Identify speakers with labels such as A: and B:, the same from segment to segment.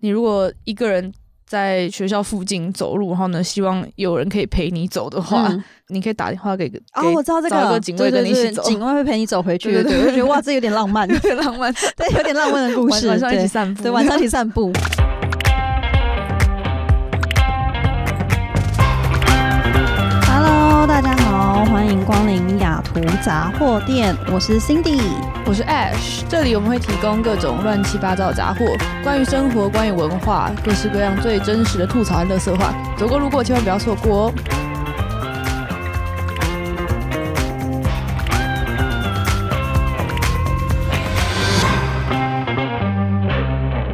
A: 你如果一个人在学校附近走路，然后呢，希望有人可以陪你走的话，
B: 嗯
A: 你可以打电话给个
B: 哦，我知道这
A: 找一
B: 个
A: 个警卫跟你一起
B: 对对对
A: 走
B: 警卫会陪你走回去，
A: 对
B: 对
A: 对对
B: 我就觉得哇，这有点浪 漫，
A: 给浪漫
B: 对，有点浪漫的故
A: 晚
B: 事，
A: 晚上一起
B: 对
A: 散步，
B: 对，晚上一起散步。Hello，大家好，欢迎光临雅图杂货店，我是 Cindy。
A: 我是 Ash，这里我们会提供各种乱七八糟的杂货，关于生活，关于文化，各式各样最真实的吐槽和乐色话，走过路过千万不要错过哦。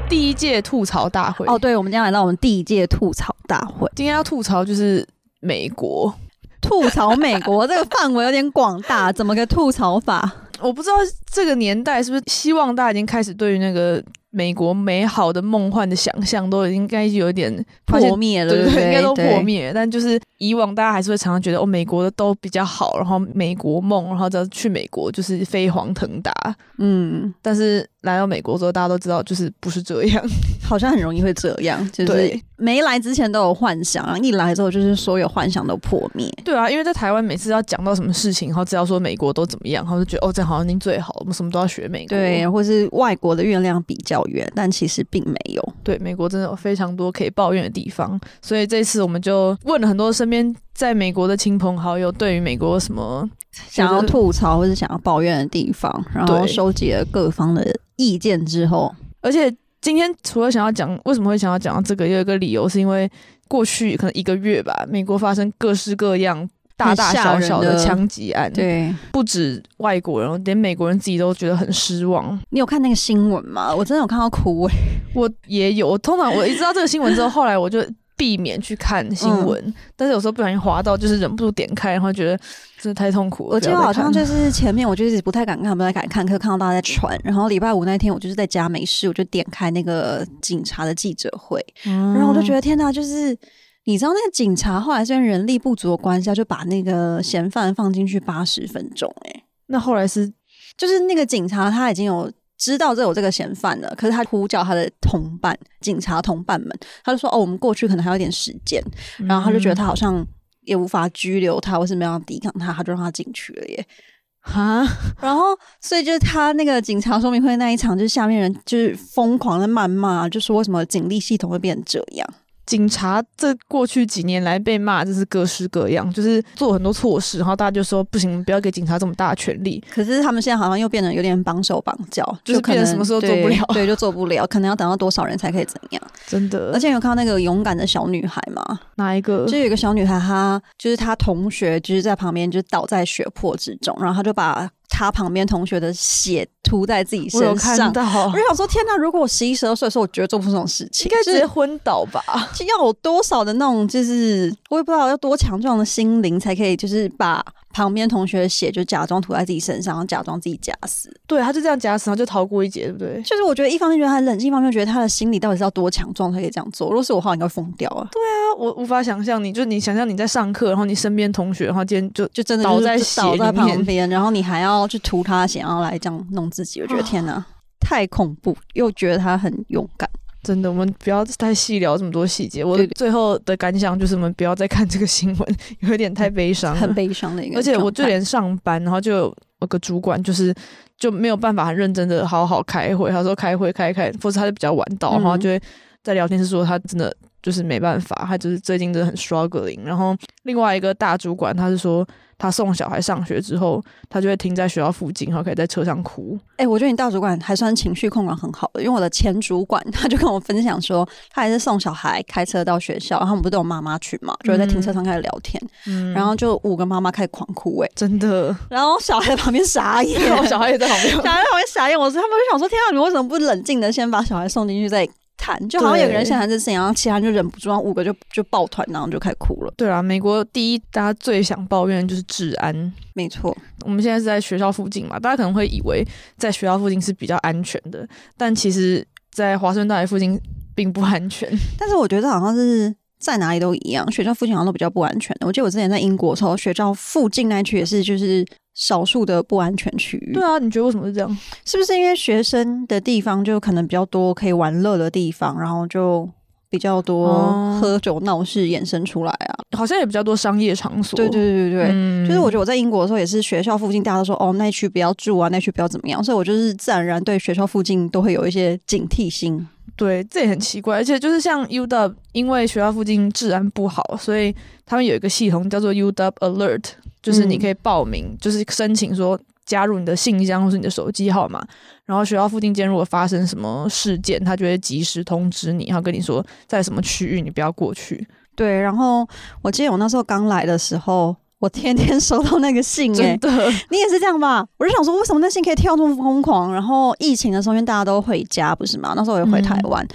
A: 第一届吐槽大会
B: 哦，，对，我们今天来到我们第一届吐槽大会，
A: 今天要吐槽就是美国，
B: 吐槽美国这个范围有点广大，怎么个吐槽法？
A: 我不知道这个年代是不是希望大家已经开始对于那个美国美好的梦幻的想象都已经应该有一点发现
B: 破灭了，
A: 对
B: 不
A: 对，
B: 对，
A: 应该都破
B: 对。
A: 灭。但就是以往大家还是会常常觉得哦，美国的都比较好，然后美国梦，然后再去美国就是飞黄腾达。
B: 嗯，
A: 但是来到美国之后，大家都知道就是不是这样。
B: 好像很容易会这样，就是
A: 对
B: 没来之前都有幻想，啊然后一来之后就是所有幻想都破灭。
A: 对啊，因为在台湾每次要讲到什么事情，然后只要说美国都怎么样，然后就觉得哦，这样好像已经最好，我们什么都要学美国。
B: 对，啊或是外国的月亮比较圆，但其实并没有。
A: 对，美国真的有非常多可以抱怨的地方，所以这次我们就问了很多身边在美国的亲朋好友，对于美国有什么
B: 想要吐槽或是想要抱怨的地方，然后
A: 对
B: 收集了各方的意见之后，
A: 而且今天除了想要讲为什么会想要讲到这个，也有一个理由是因为过去可能一个月吧，美国发生各式各样。大大小小
B: 很吓人
A: 的
B: 的
A: 枪击案，，
B: 对
A: 不止外国人，连美国人自己都觉得很失望。
B: 你有看那个新闻 吗？我真的有看到哭、欸，
A: 我也有，我通常我一知道这个新闻之后，后来我就避免去看新
B: 嗯
A: 闻，但是有时候不小心滑到，就是忍不住点开，然后觉得真的太痛苦了。
B: 我记得
A: 不要
B: 好
A: 再看
B: 像就是前面我就是不太敢看，不太敢看，可是看到大家在传，然后礼拜五那天我就是在家没事，我就点开那个警察的记者会，然后我就
A: 嗯
B: 觉得天哪，就是你知道那个警察后来是因为人力不足的关系，他就把那个嫌犯放进去八十分钟、欸，
A: 那后来是
B: 就是那个警察他已经有知道这有这个嫌犯了，可是他呼叫他的同伴，警察同伴们，他就说哦，我们过去可能还有点时间，然后他就
A: 嗯
B: 觉得他好像。也无法拘留他，或是没有办法抵抗他，他就让他进去了耶。
A: 啊，
B: 然后，所以就是他那个警察说明会那一场，就是下面人就是疯狂的谩骂，就说为什么警力系统会变成这样。
A: 警察这过去几年来被骂，真是各式各样，就是做很多错事，然后大家就说不行，不要给警察这么大的权利。
B: 可是他们现在好像又变得有点绑手绑脚，
A: 就是
B: 可
A: 变得
B: 能
A: 什么时候做不
B: 对
A: 了
B: 对，就做不了，可能要等到多少人才可以怎样？
A: 真的，
B: 而且有看到那个勇敢的小女孩嘛，
A: 哪一个
B: 就有一个小女孩，她就是她同学，就是在旁边就倒在血泊之中，然后她就把她旁边同学的血涂在自己
A: 我有
B: 身
A: 看
B: 上。
A: 到，
B: 我就想说，天哪！如果我十一、十二岁的时候，我绝对做不出这种事情。
A: 应该直
B: 就是
A: 接昏倒吧？
B: 就要有多少的那种，就是我也不知道要多强壮的心灵，才可以就是把旁边同学的血就假装涂在自己身上，然后假装自己假死。
A: 对，他就这样假死，然后就逃过一劫，对不对？
B: 就是我觉得一方面觉得他很冷静，一方面觉得他的心理到底是要多强壮才可以这样做。如果是我的话，应该会疯掉啊！
A: 啊，我无法想象你，就是你想象你在上课，然后你身边同学，然后今天就
B: 就真的
A: 倒
B: 就是
A: 在
B: 就
A: 血
B: 倒在
A: 里面
B: 旁边，然后你还要去涂他的血，然后来这样弄自己，我
A: 啊
B: 觉得天哪，太恐怖，又觉得他很勇敢。
A: 真的，我们不要太细聊这么多细节。我
B: 对
A: 的
B: 对
A: 最后的感想就是，我们不要再看这个新闻， 有一点太悲伤了，
B: 很悲伤的一个
A: 而
B: 状态。
A: 且我就连上班，然后就有有个主管，就是就没有办法很认真的好好开会。他说开会开开，或者他就比较晚到，
B: 嗯
A: 然后他就会在聊天室说他真的就是没办法，他就是最近真的很 struggling。然后另外一个大主管，他是说他送小孩上学之后，他就会停在学校附近，然后可以在车上哭。
B: 哎、我觉得你大主管还算情绪控管很好的，因为我的前主管 他就跟我分享说，他还是送小孩开车到学校，然后我们不都有妈妈群嘛，就是在停车场开始聊天，
A: 嗯
B: 然后就五个妈妈开始狂哭、哎，
A: 真 的，
B: 然后小孩在旁边傻眼，
A: 然后小孩也在旁边。
B: 小孩在旁边傻眼，我说他们就想说，天啊，你们为什么不冷静的先把小孩送进去再谈？就好像有个人
A: 对
B: 想谈这事情，然后其他人就忍不住，然后五个就就抱团，然后就开始哭了。
A: 对啊，美国第一，大家最想抱怨的就是治安。
B: 没错，
A: 我们现在是在学校附近嘛，大家可能会以为在学校附近是比较安全的，但其实，在华盛顿大学附近并不安全。
B: 但是我觉得好像是在哪里都一样，学校附近好像都比较不安全的。我记得我之前在英国的时候，学校附近那一区也是就是少数的不安全区域。
A: 对啊，你觉得为什么是这样？
B: 是不是因为学生的地方就可能比较多可以玩乐的地方，然后就比较多
A: 哦
B: 喝酒闹事衍生出来啊？
A: 好像也比较多商业场所。
B: 对对对对对，
A: 嗯
B: 就是我觉得我在英国的时候也是学校附近大家都说哦那一区不要住啊，那一区不要怎么样，所以我就是自然而然对学校附近都会有一些警惕心。
A: 对，这也很奇怪，而且就是像 U Dub，因为学校附近治安不好，所以他们有一个系统叫做 U Dub Alert，就是
B: 嗯
A: 你可以报名，就是申请说加入你的信箱或是你的手机号码，然后学校附近今天如果发生什么事件，他就会及时通知你，然后跟你说在什么区域你不要过去，
B: 对，然后我记得我那时候刚来的时候，我天天收到那个信、欸
A: 真，的。
B: 你也是这样吧？我就想说，为什么那信可以跳这么疯狂？然后疫情的时候，因为大家都回家，不是吗？那时候我也回台
A: 嗯
B: 湾，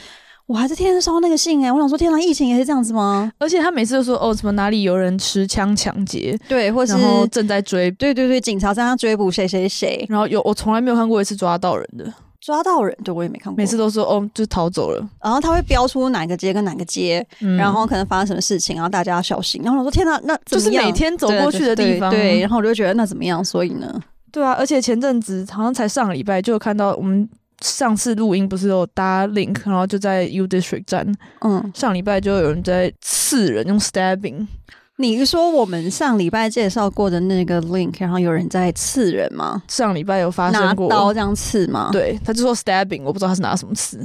B: 我还是天天收到那个信哎、我想说，天哪，疫情也是这样子吗？
A: 而且他每次都说哦，什么哪里有人持枪抢劫，
B: 对，或是
A: 然后正在追，
B: 对对对，警察在那追捕谁谁谁，
A: 然后有我从来没有看过一次抓到人的，
B: 抓到人，对我也没看过。
A: 每次都说哦，就逃走了，
B: 然后他会标出哪个街跟哪个街，
A: 嗯
B: 然后可能发生什么事情，然后大家要小心。然后我想说，天哪，那
A: 就
B: 怎
A: 是
B: 么样
A: 每天走过去的地方，啊
B: 对对对，然后我就觉得那怎么样？所以呢，
A: 对啊，而且前阵子好像才上个礼拜就有看到我们上次录音不是有搭 link，然后就在 U District 站，
B: 嗯，
A: 上礼拜就有人在刺人用 stabbing，
B: 你说我们上礼拜介绍过的那个 link，然后有人在刺人吗？
A: 上礼拜有发
B: 拿
A: 生
B: 刀
A: 过，
B: 这样刺吗？，
A: 对，他就说 stabbing，我不知道他是拿什么刺，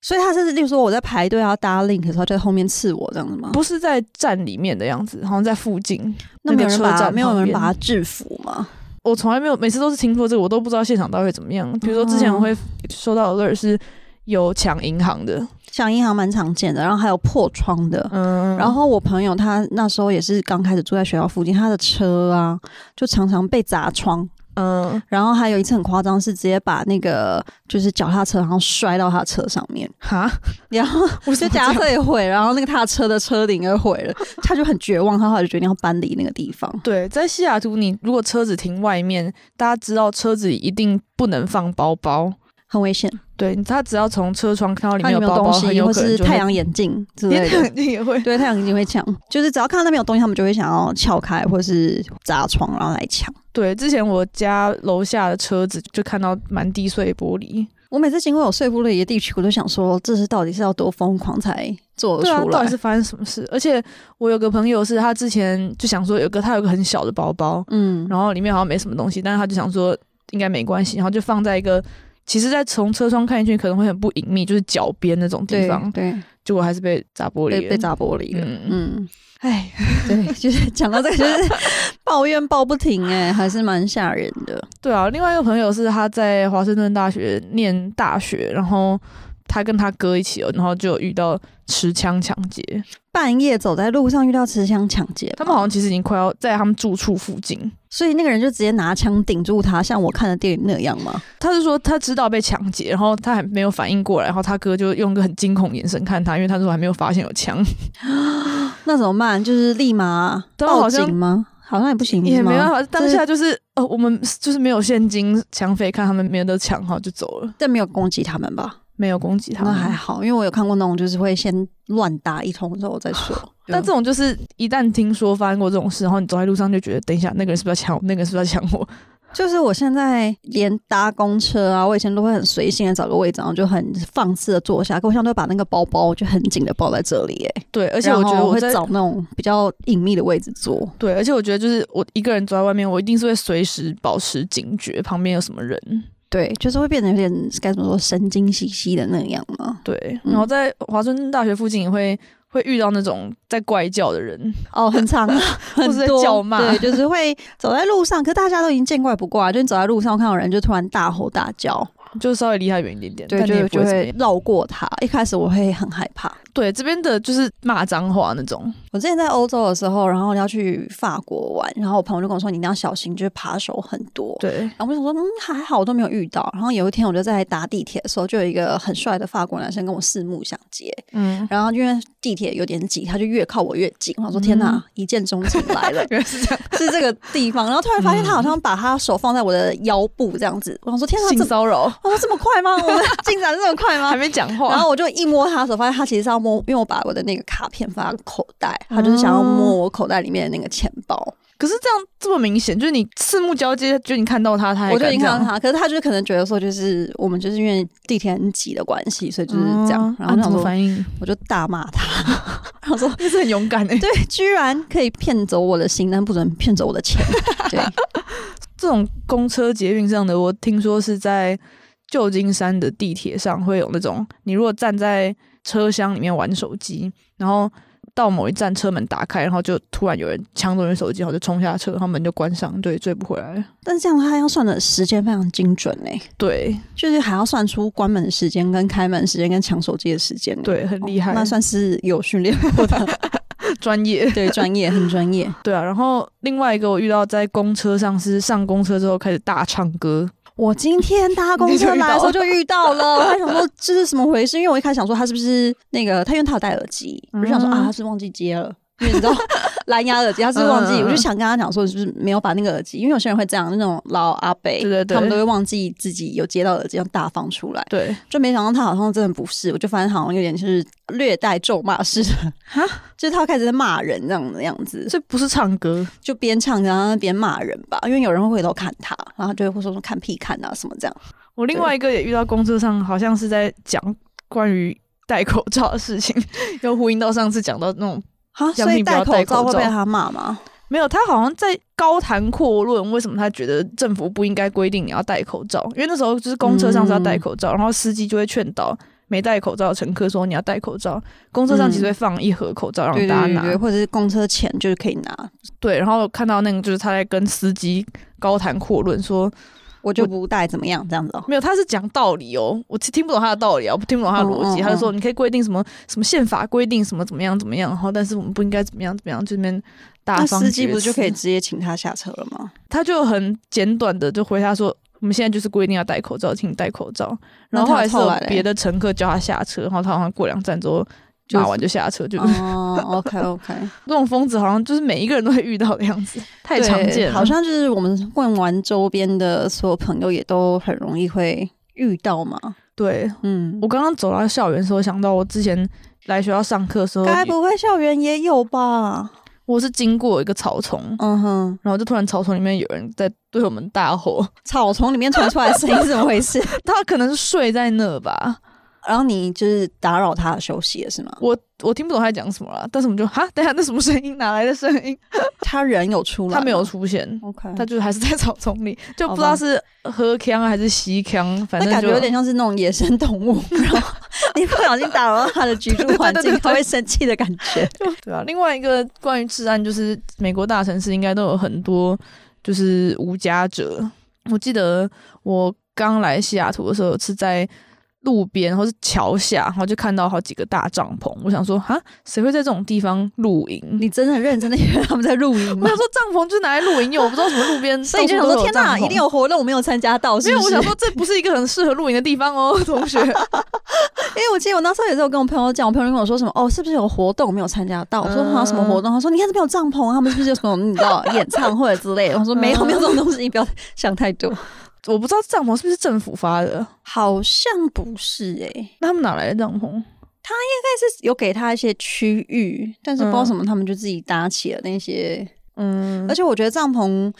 B: 所以他是，例如说我在排队要搭 link 的时候，他就在后面刺我这样子吗？
A: 不是在站里面的样子，好像在附近。
B: 那没有人
A: 那个
B: 把
A: 车
B: 他
A: 站
B: 没有人
A: 旁边
B: 把他制服吗？
A: 我从来没有，每次都是听说这个，我都不知道现场到底会怎么样。比如说之前我
B: 哦
A: 会收到 alert 是有抢银行的，
B: 像银行蛮常见的，然后还有破窗的。
A: 嗯，
B: 然后我朋友他那时候也是刚开始住在学校附近，他的车啊就常常被砸窗，
A: 嗯，
B: 然后还有一次很夸张，是直接把那个就是脚踏车然后摔到他车上面，
A: 哈，
B: 然后
A: 我
B: 就脚踏车也毁，然后那个他的车的车顶也毁了，他就很绝望，他后来就决定要搬离那个地方。
A: 对，在西雅图，你如果车子停外面，大家知道车子里一定不能放包包。
B: 很危险，
A: 对他只要从车窗哦看到里
B: 它
A: 面
B: 里面有
A: 包包，
B: 东
A: 很
B: 西，
A: 有
B: 或
A: 可能
B: 是
A: 就会
B: 太阳眼镜之类
A: 连太
B: 的
A: 阳。镜也会。
B: 对，太阳眼镜会抢，就是只要看到那边有东西，他们就会想要撬开或是砸窗，然后来抢。
A: 对，之前我家楼下的车子就看到蛮低碎的玻璃。
B: 我每次经过有碎玻璃的地区，我都想说，这是到底是要多疯狂才做得
A: 对啊
B: 出，
A: 到
B: 来？
A: 底是发生什么事？而且我有个朋友是他之前就想说有个他有个很小的包包，
B: 嗯，
A: 然后里面好像没什么东西，但是他就想说应该没关系，然后就放在一个其实，在从车窗看进去可能会很不隐秘，就是脚边那种地
B: 对
A: 方，
B: 对，
A: 结果还是被砸玻璃
B: 被
A: 了
B: 被砸玻璃了。
A: 嗯，
B: 嗯，
A: 哎，
B: 对，就是讲到这 个，就是抱怨抱不停、哎，还是蛮吓人的。
A: 对啊，另外一个朋友是他在华盛顿大学念大学，然后他跟他哥一起哦，然后就有遇到持枪抢劫，
B: 半夜走在路上遇到持枪抢劫吧，
A: 他们好像其实已经快要在他们住处附近。
B: 所以那个人就直接拿枪顶住他，像我看的电影那样吗？
A: 他是说他知道被抢劫，然后他还没有反应过来，然后他哥就用个很惊恐眼神看他，因为他说还没有发现有枪，
B: 嗯那怎么办？就是立马
A: 对啊好
B: 报
A: 像
B: 警吗？好像也不行，
A: 也
B: 是吗
A: 没办法。当
B: 是
A: 下就是呃，我们就是没有现金，抢匪看他们没有得抢，好就走了，
B: 但没有攻击他们吧？
A: 没有攻击他
B: 那
A: 们。
B: 还好，因为我有看过那种就是会先乱打一通之后再说。
A: 但这种就是一旦听说发生过这种事，然后你走在路上就觉得，等一下那个人是不是要抢我？那个人是不是要抢我？
B: 就是我现在连搭公车啊，我以前都会很随性的找个位置，然后就很放肆的坐下，可我现在都会把那个包包就很紧的抱在这里、哎，
A: 对，而且我觉
B: 然
A: 得
B: 后
A: 我
B: 会
A: 在
B: 找那种比较隐秘的位置坐。
A: 对，而且我觉得就是我一个人走在外面，我一定是会随时保持警觉，旁边有什么人。
B: 对，就是会变得有点该怎么说神经兮兮的那样嘛。
A: 对，
B: 嗯
A: 然后在华盛顿大学附近也会会遇到那种在怪叫的人，
B: 哦，很长， 很
A: 或是在
B: 多
A: 叫骂
B: 对，就是会走在路上，可大家都已经见怪不怪，就你走在路上看到人就突然大吼大叫，
A: 就稍微离他远一点点，
B: 对，
A: 但你
B: 就
A: 也不
B: 就
A: 会怎么
B: 会
A: 样。
B: 绕过他。一开始我会很害怕，
A: 对，这边的就是骂脏话那种，
B: 我之前在欧洲的时候，然后要去法国玩，然后我朋友就跟我说：“你一定要小心，就是扒手很多。”
A: 对，
B: 然后我想说，嗯，还好我都没有遇到。然后有一天，我就在搭地铁的时候，就有一个很帅的法国男生跟我四目相接。
A: 嗯，
B: 然后因为地铁有点挤，他就越靠我越近。我想说，天哪，
A: 嗯，
B: 一见钟情来了
A: 原来是这 样，
B: 是这个地方。然后突然发现他
A: 嗯
B: 好像把他手放在我的腰部这样子。我想说，天哪，
A: 性
B: 这么啊
A: 骚扰
B: 我说这么快吗？我们进展这么快吗
A: 还？没讲
B: 然
A: 话，
B: 后我就一摸他的手，发现他其实是要摸，因为我把我的那个卡片放在口袋，他就是想要摸
A: 哦
B: 我口袋里面的那个钱包。
A: 可是这样这么明显，就是你四目交接，就你看到他，他还
B: 我就已经看到
A: 敢
B: 他，可是他就是可能觉得说，就是我们就是因为地铁很挤的关系，所以
A: 这
B: 就是
A: 样，
B: 这样。然
A: 啊
B: 后
A: 你怎
B: 我想
A: 么
B: 说，
A: 反 应？
B: 我就大骂他， 然后说
A: 那是很勇敢 哎、
B: 对，居然可以骗走我的心，但不准骗走我 的钱。对，
A: 这种公车、捷运上的，我听说是在旧金山的地铁上会有那种，你如果站在车厢里面玩手机，然后到某一站车门打开，然后就突然有人抢走你的手机，然后就冲下车，然后门就关上，对，追不回 来了。
B: 但这样他要算的时间非常精准嘞、
A: 对
B: 就是还要算出关门的时间、跟开门的时间、跟抢手机的时间欸、
A: 对，很
B: 哦，
A: 厉害，
B: 那算是有训练 过的，
A: 专业。
B: 对， 专业，很专业。
A: 对啊，然后另外一个我遇到在公车上是上公车之后开始大唱歌，
B: 我今天 搭公车来的时候就遇到了，我还想说这是什么回事？因为我一开始想说他是不是那个，他因为他有戴耳机，我就想说
A: 嗯
B: 啊，他是忘记接了。因 为你知道蓝牙耳机，他是忘
A: 嗯
B: 记，
A: 嗯嗯
B: 我就想跟他讲说，是不是没有把那个耳机？因为有些人会这样，那种老阿伯，
A: 对对对
B: 他们都会忘记自己有接到耳机，要大放出来。
A: 对，
B: 就没想到他好像真的不是，我就发现好像有点就是略带咒骂式的，就是他开始在骂人这样的样子，
A: 这不是唱歌，
B: 就边唱然后边骂人吧，因为有人会回头看他，然后他就会说说看屁看啊什么这样。
A: 我另外一个也遇到公车上，好像是在讲关于戴口罩的事情，又呼应到上次讲到那种
B: 啊，
A: 杨
B: 所以
A: 幂不要
B: 戴
A: 戴
B: 口
A: 口
B: 罩会被
A: 罩
B: 他骂吗？
A: 没有，他好像在高谈阔论为什么他觉得政府不应该规定你要戴口罩，因为那时候就是公车上是要戴口罩，
B: 嗯
A: 然后司机就会劝导没戴口罩的乘客说你要戴口罩，公车上其实会放一盒口罩让
B: 嗯对
A: 大家
B: 对
A: 拿，
B: 对，或者是公车钱就是可以拿，
A: 对，然后看到那个就是他在跟司机高谈阔论说
B: 我就不戴怎么样这样子哦。
A: 没有，他是讲道理哦，我其实听不懂他的道理啊，我听不懂他的逻辑。
B: 嗯嗯嗯
A: 他就说你可以规定什么什么宪法规定什么怎么样怎么样，然后但是我们不应该怎么样怎么样，这边大
B: 那
A: 方
B: 司机
A: 厥
B: 不是就
A: 词
B: 可以？直接请他下车了吗？
A: 他就很简短的就回他说。我们现在就是规定要戴口罩，请你戴口罩。然后
B: 那
A: 后来
B: 他
A: 是有
B: 后来嘞
A: 别的乘客叫他下车，然后他好像过两站之后
B: 就是
A: 骂完就下车，就是
B: 哦，OK OK，
A: 这种疯子好像就是每一个人都会遇到的样 子，太常见了。
B: 好像就是我们问完周边的所有朋友，也都很容易会遇到嘛。
A: 对
B: 嗯，
A: 我刚刚走到校园的时候，想到我之前来学校上课的时候，
B: 该不会校园也有吧？
A: 我是经过一个草丛，
B: 嗯哼，
A: 然后就突然草丛里面有人在对我们大吼，
B: 草丛里面传出来的声音是怎么回事？
A: 他可能是睡在那吧，
B: 然后你就是打扰他的休息了是吗？
A: 我我听不懂他在讲什么了，但是我们就哈，等一下那什么声音，哪来的声音？
B: 他人有出来吗？
A: 他没有出现，
B: OK，
A: 他就还是在草丛里，就
B: 好吧
A: 不知道是喝腔还是吸腔，反
B: 那
A: 正
B: 感
A: 就
B: 觉有点像是那种野生动物，然后你不小心打扰到它的居住
A: 对对对
B: 环
A: 对
B: 境，
A: 对
B: 它会生气的感觉。
A: 对啊。另外一个关于治安，就是美国大城市应该都有很多就是无家者。我记得我刚来西雅图的时候是在。路边或是桥下，然后就看到好几个大帐篷。我想说，哈，谁会在这种地方露营？
B: 你真的很认真的以为他们在露营
A: 我
B: 吗
A: 想？说帐篷就是拿来露营用，我不知道什么路边，
B: 所以你就想
A: 到
B: 说，
A: 处
B: 天
A: 都有帐
B: 哪，
A: 篷
B: 一定。有活动我没有参加到，
A: 因
B: 是
A: 为
B: 不
A: 我
B: 是？
A: 想说，这不是一个很适合露营的地方 哦，同学。
B: 因为我记得我那时候也是有跟我朋友讲，我朋友跟我说什么哦，是不是有活动没有参加到？我说
A: 嗯
B: 他什么活动？他说你看这边有帐篷，他们是不是有什么你知道演唱会之类的？我说没有
A: 嗯
B: 没有这种东西，你不要想太多。
A: 我不知道帐篷是不是政府发的，
B: 好像不是诶、
A: 那他们哪来的帐篷？
B: 但是有给他一些区域，但是不知道
A: 嗯
B: 什么，他们就自己搭起了那些
A: 嗯
B: 而，且我觉得帐篷，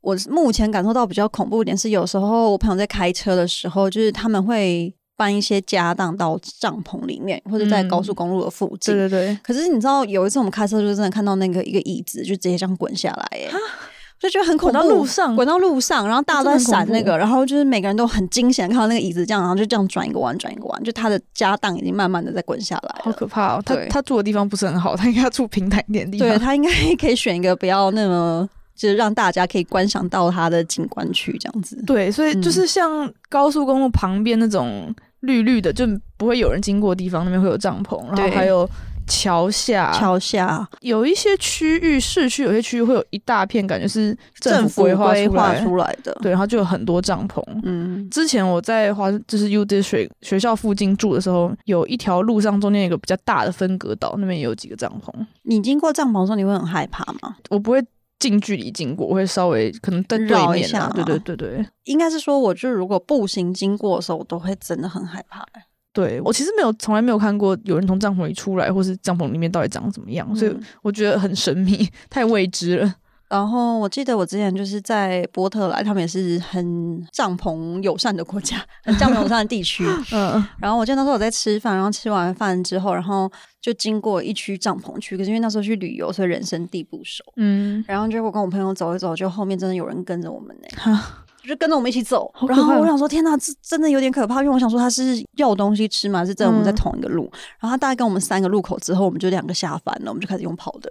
B: 我目前感受到比较恐怖一点是，有时候我朋友在开车的时候，就是他们会搬一些家当到帐篷里面，或者在
A: 嗯
B: 高速公路的附近。
A: 对对对，
B: 可是你知道，有一次我们开车就是真的看到那个一个椅子就直接这样滚下来、欸，我就觉得很恐
A: 滚
B: 怖。
A: 到路上，哦
B: 滚到路上，然后大家都在闪那
A: 真的
B: 个，然后就是每个人都很惊险，看到那个椅子这样，然后就这样转一个弯，转一个弯，就他的家当已经慢慢的在滚下来
A: 好
B: 了。
A: 可怕哦！他
B: 对
A: 他住的地方不是很好，他应该住平坦一点的地
B: 对
A: 方。
B: 他应该可以选一个不要那么，就是让大家可以观赏到他的景观区这样子。
A: 对，所以就是像高速公路旁边那种绿绿的，就不会有人经过的地方，那边会有帐篷，然后
B: 对
A: 还有桥下，
B: 桥下
A: 有一些区域市区，有些区域会有一大片，感觉是政府规划
B: 规
A: 出
B: 划
A: 来，
B: 出来的，
A: 对，然后就有很多帐篷。
B: 嗯，
A: 之前我在华就是 U District 学校附近住的时候，有一条路上中间有一个比较大的分隔岛，那边也有几个帐篷。
B: 你经过帐篷的时候，你会很害怕吗？
A: 我不会近距离经过，我会稍微可能在对
B: 绕一
A: 面
B: 下
A: 啊
B: 嘛，
A: 对对对对。
B: 应该是说，我就如果步行经过的时候，我都会真的很害怕。
A: 对我其实没有从来没有看过有人从帐篷里出来，或是帐篷里面到底长怎么样，所以
B: 嗯
A: 我觉得很神秘，太未知 了。
B: 然后我记得我之前就是在波特兰，他们也是很帐篷友善的国家， 很帐篷友善的 地区。
A: 嗯
B: 然后我记得那时候我在吃饭，然后吃完饭之后，然后就经过一区帐篷区，可是因为那时候去旅游，所以人生地不熟。
A: 嗯，
B: 然后结果跟我朋友走一走，就后面真的有人跟着我们呢、
A: 哈
B: 就跟着我们一起走
A: 好。可
B: 然
A: 怕哦
B: 后我想说，天哪，这真的有点可怕，因为我想说他是要东西吃嘛，还是真的我们在
A: 嗯
B: 同一个路。然后他大概跟我们三个路口之后，我们就两个下凡了，我们就开始用跑的。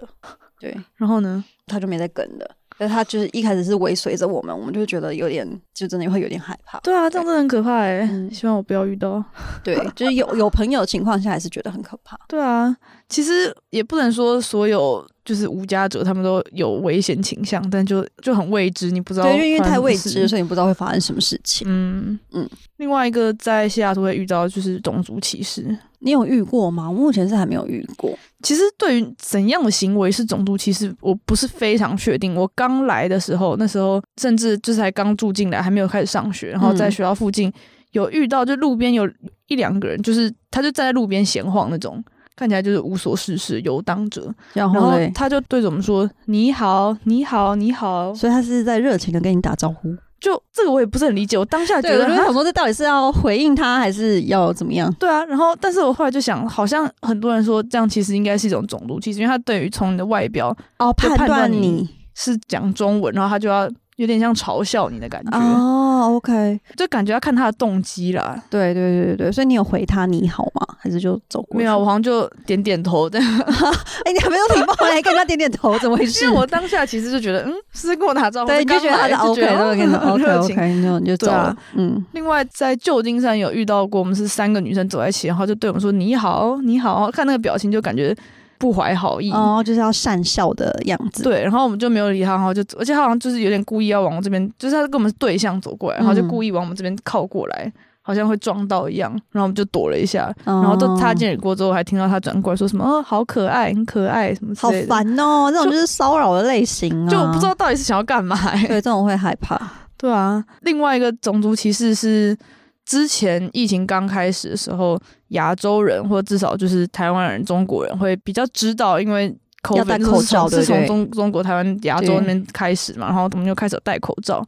B: 对，
A: 然后呢？
B: 他就没再跟了。但他就是一开始是尾随着我们，我们就觉得有点，就真的会有点害怕。
A: 对啊，这样真的很可怕哎、
B: 嗯
A: 希望我不要遇到。
B: 对，就是有有朋友的情况下，还是觉得很可怕。
A: 对啊，其实也不能说所有就是无家者他们都有危险倾向，但就就很未知，你不知道
B: 对，因为因为
A: 发生
B: 太
A: 什么
B: 未
A: 事
B: 知，所以你不知道会发生什么事情。
A: 嗯嗯
B: 嗯。
A: 另外一个在西雅图会遇到就是种族歧视。
B: 你有遇过吗？我目前是还没有遇过。
A: 其实对于怎样的行为是种族歧视，我不是非常确定。我刚来的时候，那时候甚至就是才刚住进来，还没有开始上学，然后在
B: 嗯
A: 学校附近有遇到，就路边有一两个人，就是他就站在路边闲晃那种，看起来就是无所事事游荡者。
B: 然
A: 然
B: 后
A: 后
B: 嘞，
A: 他就哦对着我们说：“你好，你好，你好。
B: 所以他是在热情的跟你打招呼。”
A: 就这个我也不是很理解，我当啊下觉
B: 对，我
A: 得
B: 就
A: 哈
B: 想说，这到底是要回应他，还是要怎么样？
A: 对啊，然后但是我后来就想，好像很多人说这样其实应该是一种种族歧视，因为他对于从你的外表
B: 哦，
A: 就
B: 判
A: 判断
B: 断
A: 你
B: 你
A: 是讲中文，然后他就要有点像嘲笑你的感觉，
B: 哦，OK，
A: 就感觉要看他的动机啦。
B: 对对对对对，所以你有回他你好吗？还是就走过去？
A: 没有，啊我好像就点点头，但
B: 哎、你还没有礼貌，你还跟人家点点头，怎么回 事？
A: 因为我当下其实就觉得，嗯，是跟我打 招呼，
B: 对，你就觉得
A: 他
B: 他的 OK，对，跟你
A: 嗯很
B: 说 OK
A: 热情
B: OK，你就你就走
A: 对啊
B: 了，嗯，
A: 另外，在旧金山有遇到过，我们是三个女生走在一起，然后就对我们说“你好，你好”，看那个表情就感觉不怀好意。
B: 哦，就是要善笑的样子，
A: 对，然后我们就没有理他，然后就，而且他好像就是有点故意要往我这边，就是他跟我们对象走过来，然后就
B: 嗯
A: 故意往我们这边靠过来，好像会撞到一样，然后我们就躲了一下，
B: 然
A: 然后都擦。肩而过之后，还听到他转过来说什么“哦，好可爱，很可爱”什么之
B: 好
A: 类的，
B: 烦哦，这种就是骚扰的类型啊，
A: 就我不知道到底是想要干嘛、欸。
B: 对这啊种会害怕，
A: 对啊，另外一个种族歧视是之前疫情刚开始的时候，亚洲人或至少就是台湾人、中国人会比较知道，因为。
B: 要戴
A: COVID
B: 口罩
A: 是从是从
B: 对不对
A: 中中国、台湾、亚洲那边开始嘛，然后我们就开始有戴口罩，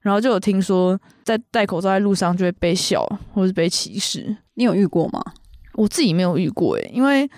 A: 然后就有听说在戴口罩在路上就会被笑或是被歧视。
B: 你有遇过吗？
A: 我自己没有遇过诶、因为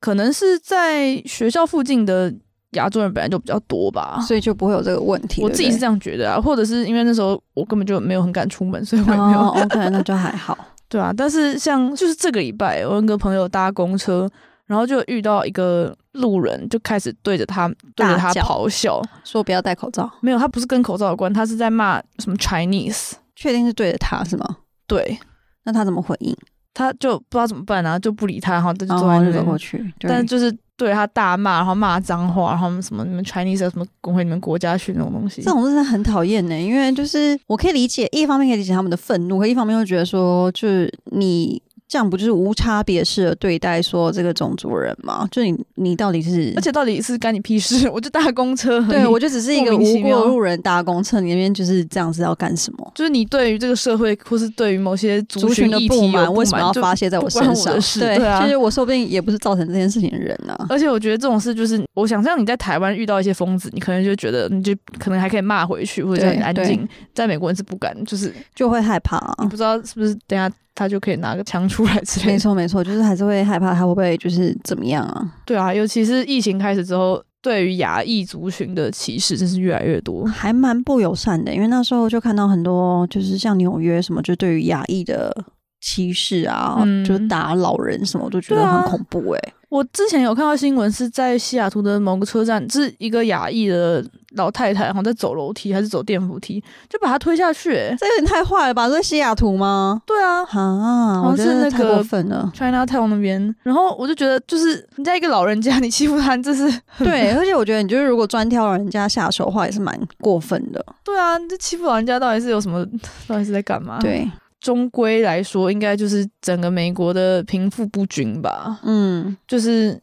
A: 可能是在学校附近的亚洲人本来就比较多吧，
B: 所以就不会有这个问题。
A: 啊我自己是这
B: 样，
A: 样觉得啊，或者是因为那时候我根本就没有很敢出门，所以我也没有、
B: 哦，OK，那就还好。
A: 对啊。但是像就是这个礼拜，我跟个朋友搭公车，然后就遇到一个路人，就开始对着他对着
B: 大
A: 他
B: 叫
A: 咆哮。
B: 说不要戴口罩，
A: 没有，他不是跟口罩有关，他是在骂什么 Chinese。
B: 确定是对着他是吗？
A: 对，
B: 那他怎么回应？
A: 他就不知道怎么办啊，就不理他，然后他就
B: 然
A: 坐在
B: 后
A: 那
B: 哦就
A: 边。
B: 走过去，对
A: 但就是对他大骂，然后骂脏话，然后什么你们 Chinese 啊有什么滚回你们国家去那种东西
B: 这。种真的很讨厌呢，因为就是我可以理解，一方面可以理解他们的愤怒，可一方面又觉得说，就是你这样不就是无差别式的对待说这个种族人吗？就你你到底是，
A: 而且到底是干你屁事？ 我就搭公车而已。
B: 对我就只是一个
A: 莫名
B: 无
A: 其妙
B: 过路人搭公车，你那边就是这样子要干什么？
A: 就是你对于这个社会，或是对于某些
B: 族
A: 群
B: 群的
A: 议题
B: 不
A: 有
B: 满为什么要
A: 就
B: 发泄在
A: 不关
B: 身
A: 我
B: 上
A: 的？事
B: 对，
A: 对啊
B: 就是我说不定也不是造成这件事情的人啊。
A: 而且我觉得这种事就是，我想象你在台湾遇到一些疯子，你可能就觉得你就可能还可以骂回去，或者叫
B: 对
A: 你安
B: 对
A: 静。在美国人是不敢，就是
B: 就会害怕、啊
A: 你。不知道是不是等一下他就可以拿个枪出来之类
B: 没
A: 的。
B: 错没错，就是还是会害怕他会不会就是怎么样啊？
A: 对啊，尤其是疫情开始之后，对于亚裔族群的歧视真是越来越多。
B: 还蛮不友善的，因为那时候就看到很多就是像纽约什么，就对于亚裔的歧视啊，
A: 嗯
B: 就是打老人什么，我都觉得
A: 对啊
B: 很恐怖哎、
A: 我之前有看到新闻，是在西雅图的某个车站，是一个亚裔的老太太，好像在走楼梯还是走电扶梯，就把她推下去、欸
B: 这有点太坏了吧？这是西雅图吗？
A: 对啊，
B: 啊，
A: 好像
B: 我觉
A: 是那
B: 得太
A: 个。
B: 过分了
A: China Town 那边，然后我就觉得，就是人家一个老人家，你欺负他，你这是
B: 对，而且我觉得你就是如果专挑人家下手的话，也是蛮过分的。
A: 对啊，你这欺负老人家到底是有什么，到底是在干嘛？，
B: 对，
A: 终归来说，应该就是整个美国的贫富不均吧，
B: 嗯，
A: 就是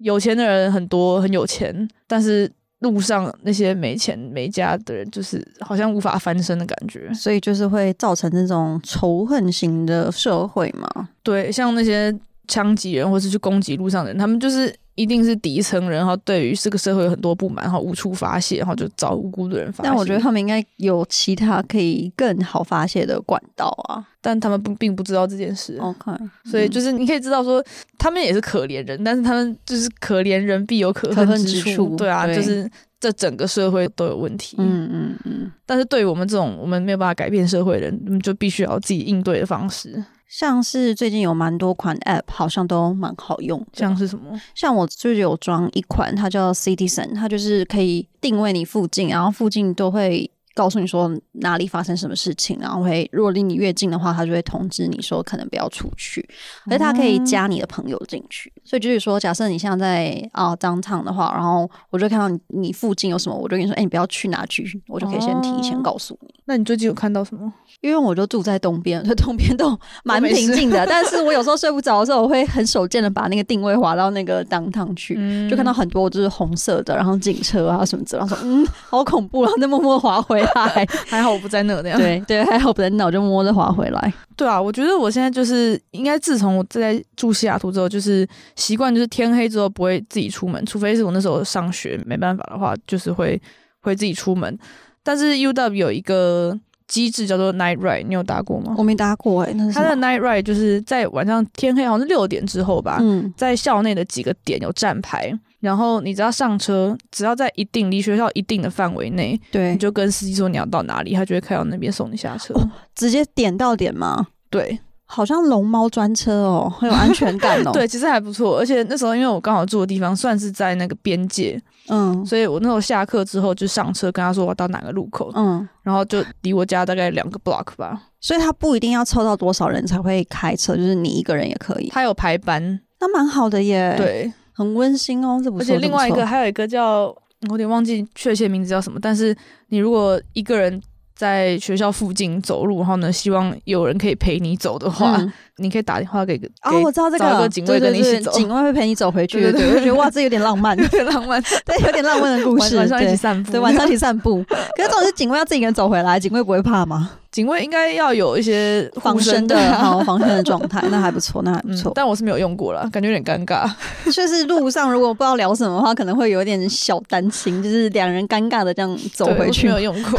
A: 有钱的人很多，很有钱，但是路上那些没钱没家的人，就是好像无法翻身的感觉。
B: 所以就是会造成那种仇恨型的社会嘛。
A: 对，像那些枪击人或是去攻击路上的人，他们就是一定是底层人，然后对于这个社会有很多不满，然后无处发泄，然后就找无辜的人发泄。
B: 但我觉得他们应该有其他可以更好发泄的管道啊。
A: 但他们不并不知道这件事，
B: OK，
A: 所以就是你可以知道说，他们也是可怜人，但是他们就是可怜人必有可
B: 可
A: 恨
B: 恨
A: 之
B: 之
A: 处。
B: 处
A: 对啊，
B: 对
A: 就是这整个社会都有问题。
B: 嗯嗯嗯，
A: 但是对于我们这种我们没有办法改变社会的人，我们就必须要有自己应对的方式，
B: 像是最近有蛮多款 App 好像都蛮好用的，
A: 像是什么？
B: 像我就是有装一款，它叫 Citizen，它就是可以定位你附近，然后附近都会告诉你说哪里发生什么事情，然后会如果离你越近的话，它就会通知你说可能不要出去，而且它可以加你的朋友进去。所以就是说，假设你现在在啊 downtown 的话，然后我就看到你你附近有什么，我就跟你说，哎、你不要去哪去，我就可以先提前
A: 哦
B: 告诉你。
A: 那你最近有看到什么？
B: 因为我就住在东边， 所以东边都蛮
A: 没事
B: 平静的。但是我有时候睡不着的时候，我会很手贱的把那个定位滑到那个 downtown 去，
A: 嗯
B: 就看到很多就是红色的，然后警车啊什么之类的，然后说嗯，好恐怖，然后再默默滑回 来。
A: 还好我不在那那样。
B: 对对，还好不在那，我就默默的滑回来。
A: 对啊，我觉得我现在就是应该自从我在住西雅图之后，就是习惯就是天黑之后不会自己出门，除非是我那时候上学没办法的话，就是会会自己出门。但是 UW 有一个机制叫做 Night Ride，你有搭过吗
B: 我？没搭过哎、那是
A: 它的 Night Ride 就是在晚上天黑，好像是六点之后吧，
B: 嗯
A: 在校内的几个点有站牌，然后你只要上车，只要在一定离学校一定的范围内，
B: 对
A: 你，就跟司机说你要到哪里，他就会开到那边送你下车。
B: 直接点到点嘛，
A: 对，
B: 好像龙猫专车哦，很有安全感 哦。
A: 对，，其实还不错。而且那时候因为我刚好住的地方算是在那个边界，
B: 嗯
A: 所以我那时候下课之后就上车，跟他说我要到哪个路口，
B: 嗯，
A: 然后就离我家大概两个 block 吧。
B: 所以他不一定要凑到多少人才会开车，就是你一个人也可以，
A: 他有排班，
B: 那蛮好的耶。，
A: 对，
B: 很温馨哦，这不
A: 而
B: 错。
A: 且
B: 这
A: 另
B: 不
A: 外一
B: 错
A: 个还有一个叫我有点忘记确切名字叫什么，但是你如果一个人。在学校附近走路，然后呢，希望有人可以陪你走的话，
B: 嗯
A: 你可以打电话给个
B: 哦，我知道这
A: 找一
B: 个
A: 个警卫跟你一起
B: 对对对
A: 走
B: 警卫会陪你走回去，
A: 对
B: 对
A: 对对
B: 对，我就觉得哇，这有点浪 漫，
A: 有点浪漫，
B: 对，有点浪漫的故
A: 晚
B: 事，
A: 晚上一起
B: 对
A: 散步，
B: 对，晚上一起 散步。可是总是警卫要自己一个人走回来，警卫不会怕吗？
A: 警卫应该要有一些 护
B: 防身的
A: 的，
B: 好，防身的状态，那还不错，那还不
A: 嗯
B: 错。
A: 但我是没有用过了，感觉有点尴尬。
B: 就是路上如果不知道聊什么的话，可能会有一点小担 心，就是两人尴尬的这样 走
A: 对
B: 回
A: 我，是
B: 去
A: 没有用 过。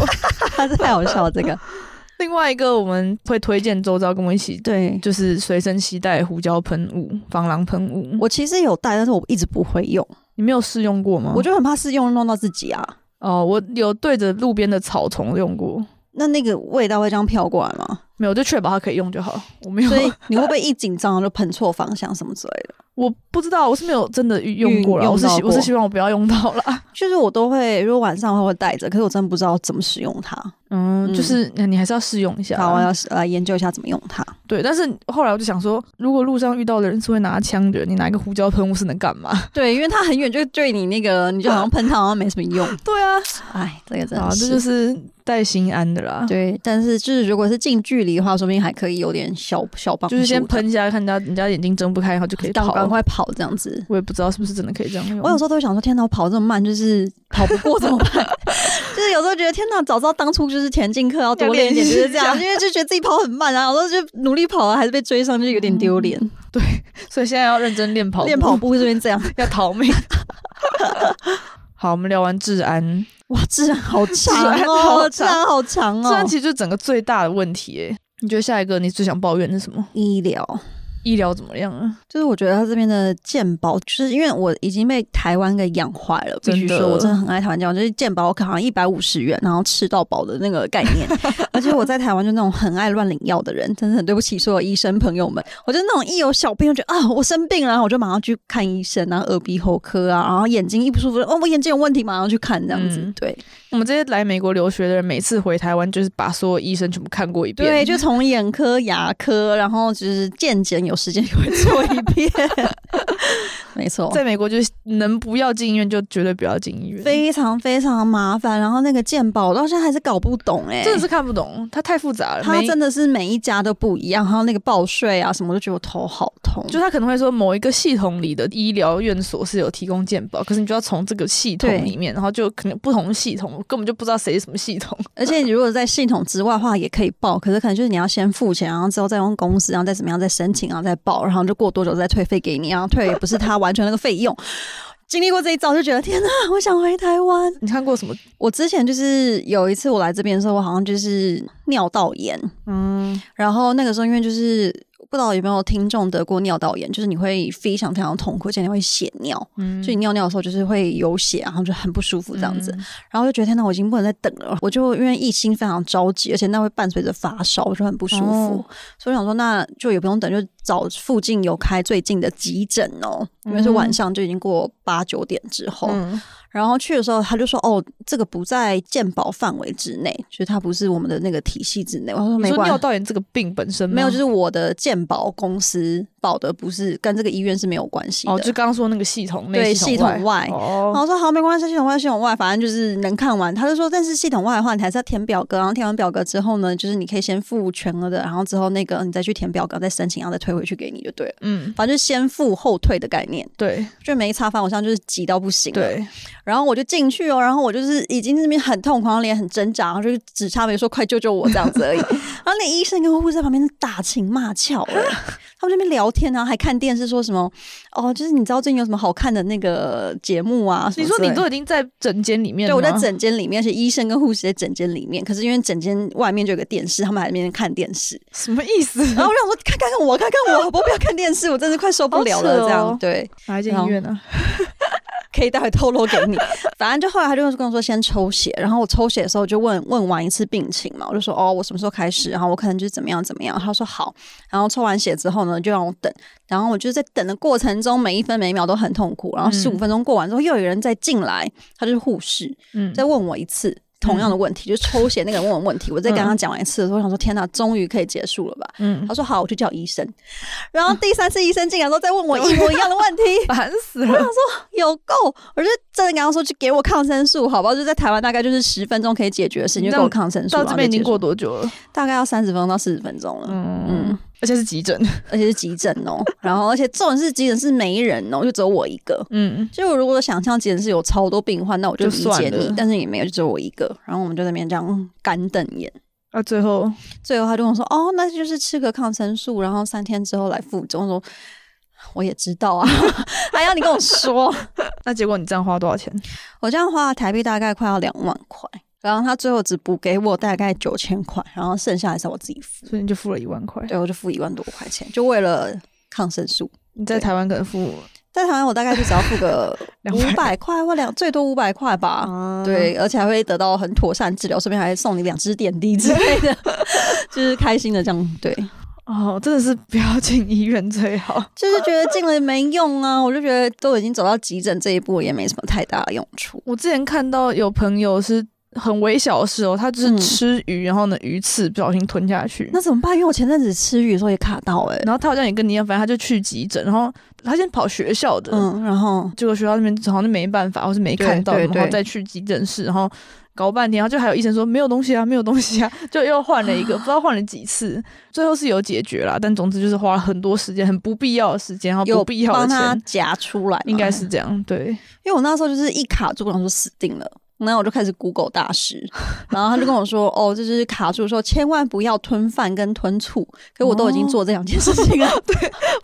B: 这太好笑了。这个
A: 另外一个我们会推荐周遭跟我一起，
B: 对
A: 就是随身携带胡椒喷雾、防狼喷雾。
B: 我其实有带，但是我一直不会用，
A: 你没有试用过吗？
B: 我就很怕试用弄到自己啊。
A: 哦，我有对着路边的草丛用过，
B: 那那个味道会这样飘过来吗？
A: 没有，我就确保它可以用就好。我没有
B: 所，以你会不会一紧张就喷错方向什么之类的？
A: 我不知道，我是没有真的用过啦。
B: 运用
A: 我是希
B: 到过
A: 我是希望我不要用到啦。
B: 就是我都会，如果晚上的话会带着，可是我真的不知道怎么使用它。
A: 嗯，
B: 嗯
A: 就是那你还是要试用一下啦。
B: 好，啊我要是来研究一下怎么用它。
A: 对，但是后来我就想说，如果路上遇到的人是会拿枪的人，你拿一个胡椒喷雾是能干嘛？
B: 对，因为它很远，就对你那个，你就好像喷它好像没什么用。
A: 对啊，
B: 哎，这个真
A: 啊
B: 的，
A: 这
B: 是。
A: 就是带心安的啦。
B: 对，但是就是如果是近距离的话，说不定还可以有点小小帮助
A: 就
B: 的，
A: 是先喷一下，看人家人家眼睛睁不开，然后就可以
B: 赶
A: 跑
B: 快，赶
A: 了。
B: 快跑这样子。
A: 我也不知道是不是真的可以这样用。
B: 我有时候都会想说，天哪，我跑这么慢，就是跑不过怎么办？ 就是有时候觉得，天哪，早知道当初就是田径课要多
A: 要
B: 练
A: 练
B: 一点，
A: 一
B: 就是这样，
A: 下
B: 因为就觉得自己跑很慢啊，然后就努力跑了，还是被追上，就是有点
A: 嗯
B: 丢脸。
A: 所以现在要认真练跑步，
B: 练跑步这边这样，
A: 要逃命。好，我们聊完治安，
B: 哇，治安好长
A: 治安
B: 哦，
A: 好长
B: 治安好长
A: 治安
B: 哦
A: 其。实就是整个最大的问题、欸。你觉得下一个你最想抱怨的是什么？
B: 医疗
A: 医疗怎么样啊？
B: 就是我觉得他这边的健保，就是因为我已经被台湾给养坏了，必须
A: 真的
B: 说我真的很爱台湾健保，就是健保卡好像一百五十元，然后吃到饱的那个概念。 而且我在台湾就那种很爱乱领药的人，真的很对不起所有医生朋友们。我就那种一有小病，我觉得啊我生病了，然后我就马上去看医生，然后耳鼻喉科啊，然后眼睛一不舒服，哦我眼睛有问题，马上去看这样子。
A: 嗯
B: 对
A: 我们这些来美国留学的人，每次回台湾就是把所有医生全部看过一遍，
B: 对，就从眼科、 牙科，然后就是健检，有时间也会做一遍。没错，
A: 在美国就是能不要进医院就绝对不要进医院，
B: 非常非常麻烦。然后那个鉴宝我到现在还是搞不懂哎、
A: 真的是看不懂，它太复杂了。
B: 他
A: 每一
B: 真的是每一家都不一样，还有那个报税啊什么，我就觉得我头好痛。
A: 就他可能会说某一个系统里的医疗院所是有提供健保，可是你就要从这个系统
B: 对
A: 里面，然后就可能不同系统，我根本就不知道谁是什么系统。
B: 而且你如果在系统之外的话，也可以报，可是可能就是你要先付钱，然后之后再用公司，然后再怎么样再申请，然后再报，然后就过多久再退费给你，然后退也不是他完全那个费用。经历过这一遭，就觉得天哪，我想回台湾。
A: 你看过什么？
B: 我之前就是有一次我来这边的时候，我好像就是尿道炎，
A: 嗯，
B: 然后那个时候因为就是不知道有没有听众得过尿道炎，就是你会非常非常痛苦，而且你会血尿，
A: 嗯
B: 所以你尿尿的时候就是会有血，然后就很不舒服这样
A: 嗯
B: 子。然后就觉得天哪，我已经不能再等了，我就因为疫情非常着急，而且那会伴随着发烧，我就很不舒服，
A: 哦
B: 所以我想说那就也不用等，就找附近有开最近的急诊哦，因为是晚上就已经过八九点之后，
A: 嗯，
B: 然后去的时候，他就说：“哦，这个不在健保范围之内，就是它不是我们的那个体系之内。”我说：“
A: 你
B: 没
A: 说
B: 关
A: 尿
B: 系，
A: 道炎这个病本身吗
B: 没有，就是我的健保公司保的不是跟这个医院是没有关系的。
A: 哦，就刚刚说那个系统内
B: 呃对
A: 系统
B: 系统外然
A: 哦，
B: 后我说好，没关系，系统外系统外，反正就是能看完。他就说，但是系统外的话，你还是要填表格，啊然后填完表格之后呢，就是你可以先付全额的，然后之后那个你再去填表格，再申请，然后再退回去给你就对了。
A: 嗯，
B: 反正就是先付后退的概念，
A: 对
B: 就没差。反正我现在就是急到不行了。
A: 对，
B: 然后我就进去哦，然后我就是已经那边很痛苦，然后脸很挣扎，然后就是只差没说快救救我这样子而已。然 后那医生跟护士在旁边打情骂俏、欸，他们在那边聊天，然后还看电视说什么哦，就是你知道最近有什么好看的那个节目啊？什
A: 你
B: 么
A: 说
B: 之类
A: 你
B: 的
A: 都已经在诊间里面
B: 对，
A: 了
B: 我
A: 吗，
B: 在诊间里面，而且医生跟护士在诊间里面，可是因为诊间外面就有个电视，他们还在那边看电 视。
A: 什么意思？
B: 哦然后我想说，看看看我，看看我，我不要看电视，我真是快受不了了。
A: 好扯哦
B: 这样对，
A: 哪一间医院啊呢？
B: 可以待会透露给 你。反正就后来他就跟我说先抽血，然后我抽血的时候就问问完一次病情嘛，我就说哦我什么时候开始，然后我可能就是怎么样怎么样。他说好，然后抽完血之后呢就让我等，然后我就在等的过程中每一分每一秒都很痛苦，然后
A: 嗯
B: 十五分钟过完之后又有人再进来，他就是护士，
A: 嗯，
B: 再问我一次同样的问题，就是抽血那个人问我问题，我再跟他讲完一次的时候，我想说天哪，终于可以结束了吧？
A: 嗯，
B: 他说好，我去叫医生。然后第三次医生进来之后再问我一模一样的问题，
A: 烦死了，
B: 有够！我就真的跟他说，就给我抗生素，好不好？就在台湾大概就是十分钟可以解决的事情，就给我抗生素。
A: 到这边已经过
B: 然后就结束
A: 多久了？
B: 大概要三十分钟到四十分钟了，
A: 嗯
B: 嗯
A: 嗯，而且是急诊，
B: 而且是急诊哦、 然后而且重点是急诊是没人哦、就只有我一个。
A: 嗯，
B: 就我如果想象急诊室有超多病患，那我就
A: 就
B: 理
A: 算
B: 解你
A: 了，
B: 但是也没有，就只有我一个。然后我们就在那边这样干瞪眼。
A: 啊，最 后
B: 最后他就跟我说：“哦，那就是吃个抗生素，然后三天之后来复诊。”我说：“我也知道啊， 还要你跟我说。
A: 那结果你这样花多少钱？”
B: 我这样花了台币大概快要两万块，然后他最后只补给我大概九千块，然后剩下还是我自己付。
A: 所以你就付了一万块。
B: 对，我就付一万多块钱，就为了抗生素。
A: 你在
B: 对
A: 台湾可能付
B: 在台湾我大概就只要付 个
A: 两
B: 五
A: 百
B: 百嗯块或两，最多五百块吧。
A: 啊，
B: 对，而且还会得到很妥善治疗，顺便还送你两支点滴之类的， 就是开心的这样。对，
A: 哦，真的是不要进医院最好。
B: 就是觉得进了没用啊，我就觉得都已经走到急诊这一步，也没什么太大的用处。
A: 我之前看到有朋友是很微小的事哦，他就是
B: 嗯
A: 吃鱼，然后呢鱼刺不小心吞下去，
B: 那怎么办？因为我前阵子吃鱼的时候也卡到哎、欸，
A: 然后他好像也跟你一样，反正他就去急诊，然后他先跑学校的，
B: 嗯，然后
A: 结果学校那边好像没办法，或是没看到，
B: 对对
A: 然后
B: 对
A: 再去急诊室，然后搞半天，然后就还有医生说没有东西啊，没有东西啊， 就又换了一 个，不知道换了几次，最后是有解决啦，但总之就是花了很多时间，很不必要的时间，然后
B: 有
A: 哦不必要的
B: 帮他
A: 钱，
B: 夹出来嘛，
A: 应该是这样， 对，
B: 因为我那时候就是一卡住，我想说死定了。然后我就开始 Google 大师， 然后他就跟我说：“哦，就是卡住的时候，千万不要吞饭跟吞醋。”可我都已经做这两件事情
A: 哦
B: 了。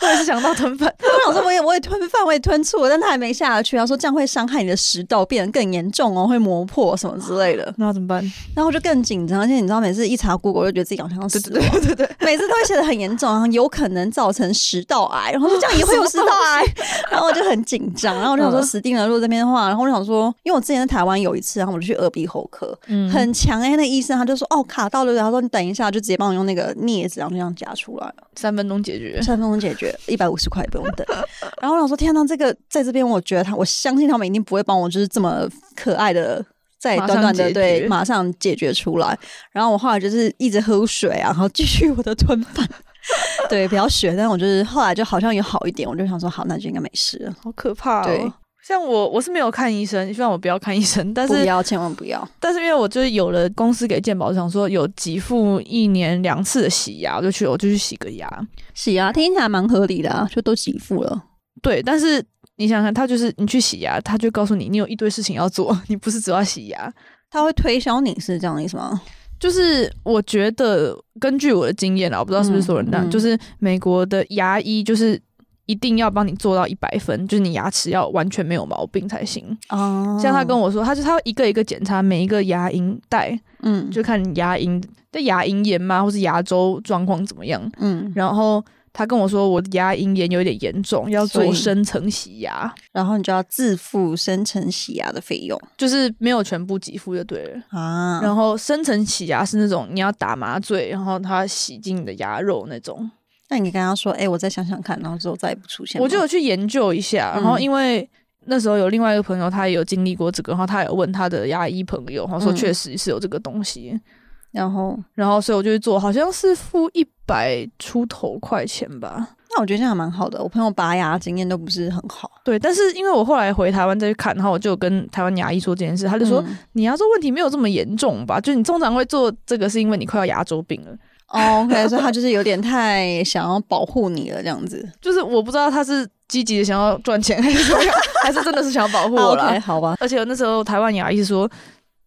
A: 我也是想到吞饭，
B: 我想说，我也我也吞饭，我也吞醋，但他还没下得去。他说这样会伤害你的食道，变得更严重哦，会磨破什么之类的。
A: 那怎么办？
B: 然后我就更紧张，而且你知道，每次一查 Google 就觉得自己好像要死
A: 对
B: 亡
A: 对对对对，
B: 每次都会写的很严重，然后有可能造成食道癌，然后说这样也会有食道 癌，然后我就很紧张，然后我就想说
A: 嗯
B: 死定了，如果这边的话，然后我就想说，因为我之前在台湾有一次，然后我就去耳鼻喉科，
A: 嗯
B: 很强哎、那医生他就说哦卡到了，然后说你等一下，就直接帮我用那个镊子，然后就这样夹出来，
A: 三分钟解决，
B: 三分钟解决，一百五十块也不用等。 然后我想说天呐，这个在这边我觉得他，我相信他们一定不会帮我，就是这么可爱的。在
A: 马上
B: 短短的
A: 解决
B: 对，马上解决出来。然后我后来就是一直喝水啊，然后继续我的吞饭。 对，比较学，但我就是后来就好像有好一点，我就想说，好，那就应该没事了。
A: 好可怕
B: 对
A: 哦。像我，我是没有看医生，希望我不要看医生。 但
B: 不
A: 是，
B: 要，千万不要。
A: 但是因为我就是有了公司给健保，想说有给付一年两次的洗牙，我就去，我就去洗个牙。
B: 洗牙啊听起来蛮合理的啊，就都给付了。
A: 对，但是你想想看，他就是你去洗牙，他就告诉你你有一堆事情要做， 你不是只要洗牙。
B: 他会推销你是这样的意思吗？
A: 就是我觉得，根据我的经验啦，我不知道是不是所有人这样，
B: 嗯嗯
A: 就是美国的牙医就是一定要帮你做到一百分，就是你牙齿要完全没有毛病才行。
B: 哦
A: 像他跟我说，他就他会一个一个检查每一个牙龈带，
B: 嗯
A: 就看你牙龈的牙龈炎吗，或是牙周状况怎么样。
B: 嗯，
A: 然后他跟我说，我的牙龈炎有点严重，要
B: 所以
A: 做深层洗牙，
B: 然后你就要自付深层洗牙的费用
A: 就是没有全部给付就对了。
B: 啊然
A: 然
B: 后
A: 后深层洗牙是那种你要打麻醉，然后它洗净你的牙肉那种。
B: 那你跟他说，哎、我再想想看，然后之后再也不出现吗。
A: 我就有去研究一下，然后
B: 嗯
A: 因为那时候有另外一个朋友，他也有经历过这个，然后他有问他的牙医朋友，然后说
B: 嗯
A: 确实是有这个东西，
B: 然后，
A: 然后所以我就去做，好像是付一百出头块钱吧。
B: 那我觉得这样还蛮好的。我朋友拔牙经验都不是很好，
A: 对，但是因为我后来回台湾再去看，然后我就有跟台湾牙医说这件事，他就说、
B: 嗯
A: 你牙周问题没有这么严重吧？就你通常会做这个是因为你快要牙周病了，
B: 哦 OK，所以他就是有点太想要保护你了，这样子。
A: 就是我不知道他是积极的想要赚钱还是怎么样， 还是真的是想要保护
B: 啊
A: 我啦。
B: OK，好吧。
A: 而且那时候台湾牙医说，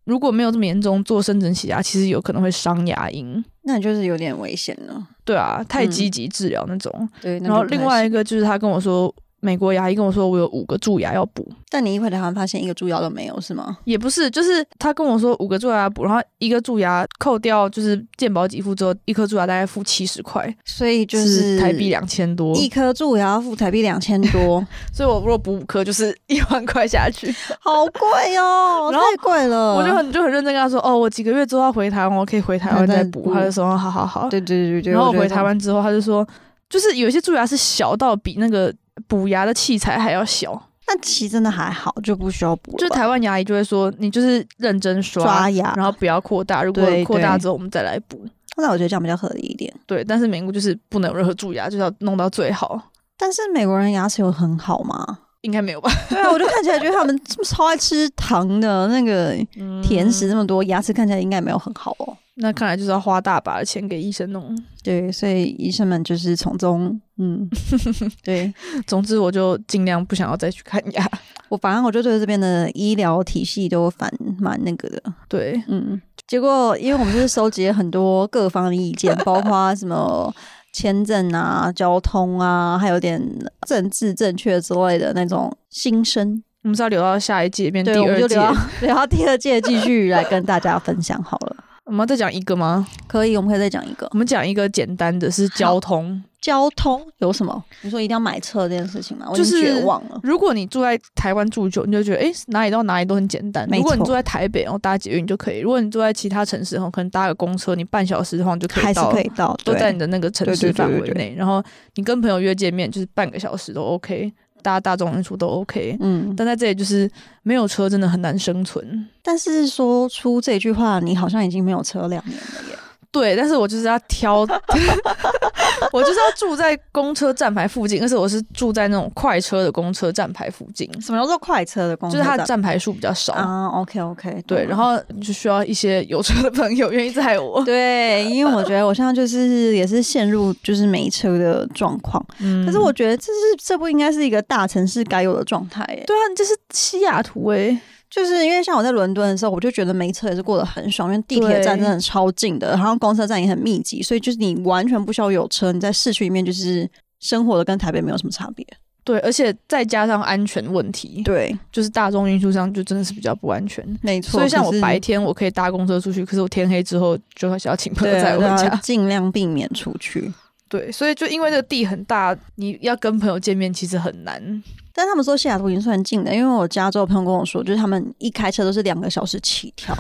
A: 如果没有这么严重，做深层洗牙啊其实有可能会伤牙龈。
B: 那你就是有点危险了。
A: 对啊，太积极治疗那种。
B: 对，嗯那
A: 然后
B: 就不太
A: 另外
B: 行，
A: 一个就是他跟我说，美国牙医跟我说我有五个蛀牙要补，
B: 但你一回台湾发现一个蛀牙都没有，是吗？
A: 也不是，就是他跟我说五个蛀牙要补，然后一个蛀牙扣掉就是健保给付之后，一颗蛀牙大概付七十块，
B: 所以就是是
A: 台币两千多。
B: 一颗蛀牙要付台币两千 多，
A: 所以我如果补五颗就是 一万块下去，
B: 好贵哦，
A: 然后
B: 太贵了。
A: 我就很就很认真跟他说，哦，我几个月之后要回台湾，我可以回台湾再补。
B: 嗯
A: 他就说，哦好好好。
B: 对对对对，
A: 然后我
B: 觉得
A: 回台湾之后，他就说，就是有一些蛀牙是小到比那个补牙的器材还要小，
B: 那其实真的还好，就不需要补了吧。
A: 就是台湾牙医就会说，你就是认真刷，
B: 抓牙，
A: 然后不要扩大，如果
B: 对
A: 扩大
B: 对
A: 之后我们再来补。
B: 那我觉得这样比较合理一点。
A: 对，但是美国就是不能有任何蛀牙，就是要弄到最好，
B: 但是美国人牙齿有很好吗？
A: 应该没有吧？
B: 对啊，我就看起来觉得他们超爱吃糖的那个甜食那么多，牙齿看起来应该没有很好哦。
A: 那看来就是要花大把的钱给医生弄。
B: 对，所以医生们就是从中，嗯，对
A: 总之，我就尽量不想要再去看牙。
B: 我反正我就对这边的医疗体系都反蛮那个的，
A: 对，
B: 嗯，结果因为我们就是收集了很多各方的意见，包括什么签证啊、交通啊，还有点政治正确之类的那种心声，
A: 我们是要留到下一届变第
B: 对，我们
A: 二
B: 就
A: 届
B: 留。到留到第二届继续来跟大家分享好了。
A: 我们要再讲一个吗？
B: 可以，我们可以再讲一个
A: 我们讲一个简单的，是交通。
B: 交通有什么？你说一定要买车这件事情吗？我已
A: 就
B: 经
A: 是
B: 绝望了。
A: 如果你住在台湾住久，你就觉得诶哪里到哪里都很简单。
B: 没错
A: 如果你住在台北，然后搭捷运就可以；如果你住在其他城市，然后可能搭个公车，你半小时的话你就可
B: 还
A: 以
B: 是
A: 到，
B: 可以到，
A: 都
B: 对
A: 在你的那个城市
B: 对对对
A: 范围
B: 对对
A: 内。然后你跟朋友约见面，就是半个小时都 OK，搭大众运输都 OK。
B: 嗯，
A: 但在这里就是没有车真的很难生存。
B: 但是说出这句话，你好像已经没有车两年了耶。
A: 对，但是我就是要挑， 我就是要住在公车站牌附近，但是我是住在那种快车的公车站牌附近，
B: 什么叫做快车的公
A: 就
B: 车
A: 是它
B: 站？
A: 的站牌数比较少。
B: 啊，OK OK，
A: 对，然后你就需要一些有车的朋友愿意载我。
B: 对，因为我觉得我现在就是也是陷入就是没车的状况，
A: 嗯
B: 可是我觉得这是这不应该是一个大城市该有的状态耶。
A: 对啊，你这是西雅图欸诶、
B: 就是因为像我在伦敦的时候，我就觉得没车也是过得很爽，因为地铁站真的超近的，然后公车站也很密集，所以就是你完全不需要有车，你在市区里面就是生活的跟台北没有什么差别。
A: 对，而且再加上安全问题，
B: 对，就是
A: 就是大众运输上就真的是比较不安全。
B: 没错。
A: 所以像我
B: 可是
A: 白 天我可以搭公车出去，可是我天黑之后就还是要请朋友
B: 对
A: 载
B: 啊，
A: 我
B: 对啊
A: 回家。
B: 尽量避免出去。
A: 对，所以就因为这个地很大，你要跟朋友见面其实很 难。
B: 但他们说西雅图已经算近的，因为我加州的朋友跟我说，就是他们一开车都是两个小时起跳，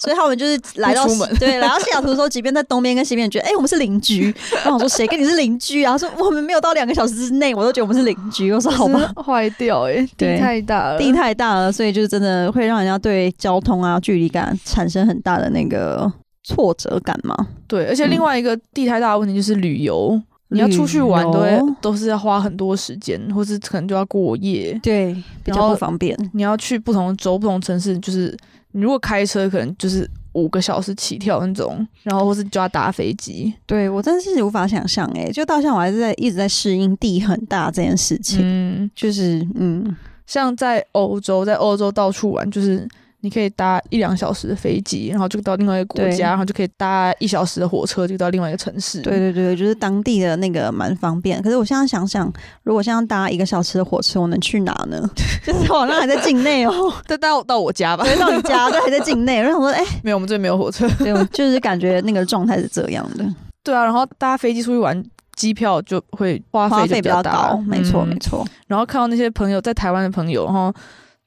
B: 所以他们就是来到
A: 不出门
B: 对来到西雅图的时候，即便在东边跟西边，觉得哎、诶我们是邻居。然后我说谁跟你是邻居啊？他说我们没有到两个小时之内，我都觉得我们是邻居。我说好吧，
A: 真的坏掉诶、
B: 对
A: 地太大了，
B: 地太大了，所以就是真的会让人家对交通啊、距离感产生很大的那个挫折感嘛。
A: 嗯对，而且另外一个地太大的问题就是旅游。你要出去玩都
B: 旅
A: 会
B: 游
A: 都是要花很多时间，或是可能就要过夜。
B: 对，比较
A: 后
B: 不方便。
A: 你要去不同的州、不同城市，就是你如果开车，可能就是五个小时起跳那种，然后或是就要搭飞机。
B: 对我真的是无法想象哎、就到现在我还是在一直在适应地很大这件事情，
A: 嗯，
B: 就是嗯，
A: 像在欧洲，在欧洲到处玩，就是你可以搭一两小时的飞机，然后就到另外一个国
B: 对
A: 家，然后就可以搭一小时的火车，就到另外一个城市。
B: 对，对对，就是当地的那个蛮方便。可是我现在想想，如果现在搭一个小时的火车，我能去哪 呢？就是我好像还在境 内哦，
A: 再到到我家吧，
B: 回到你家对，还在境内。我想说，哎、
A: 没有，我们这边没有火车。
B: 对，我就是感觉那个状态是这样的，
A: 对啊，然后搭飞机出去玩，机票就会花
B: 花
A: 费啊就
B: 费比较
A: 较
B: 高，没错
A: 嗯
B: 没错。
A: 然后看到那些朋友在台湾的朋友，然后